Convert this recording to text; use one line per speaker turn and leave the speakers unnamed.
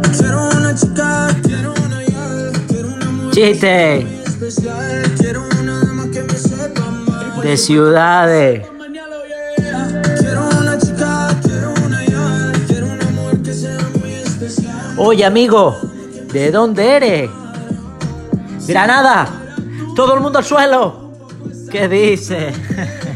Quiero una chica, quiero una yal, quiero una mujer
Chiste
especial, quiero una dama que me sepa amar.
de ciudades.
Quiero una chica, quiero una yal, quiero una mujer que sea muy especial.
Oye, amigo, ¿de dónde eres? Granada. Todo el mundo al suelo. ¿Qué dice?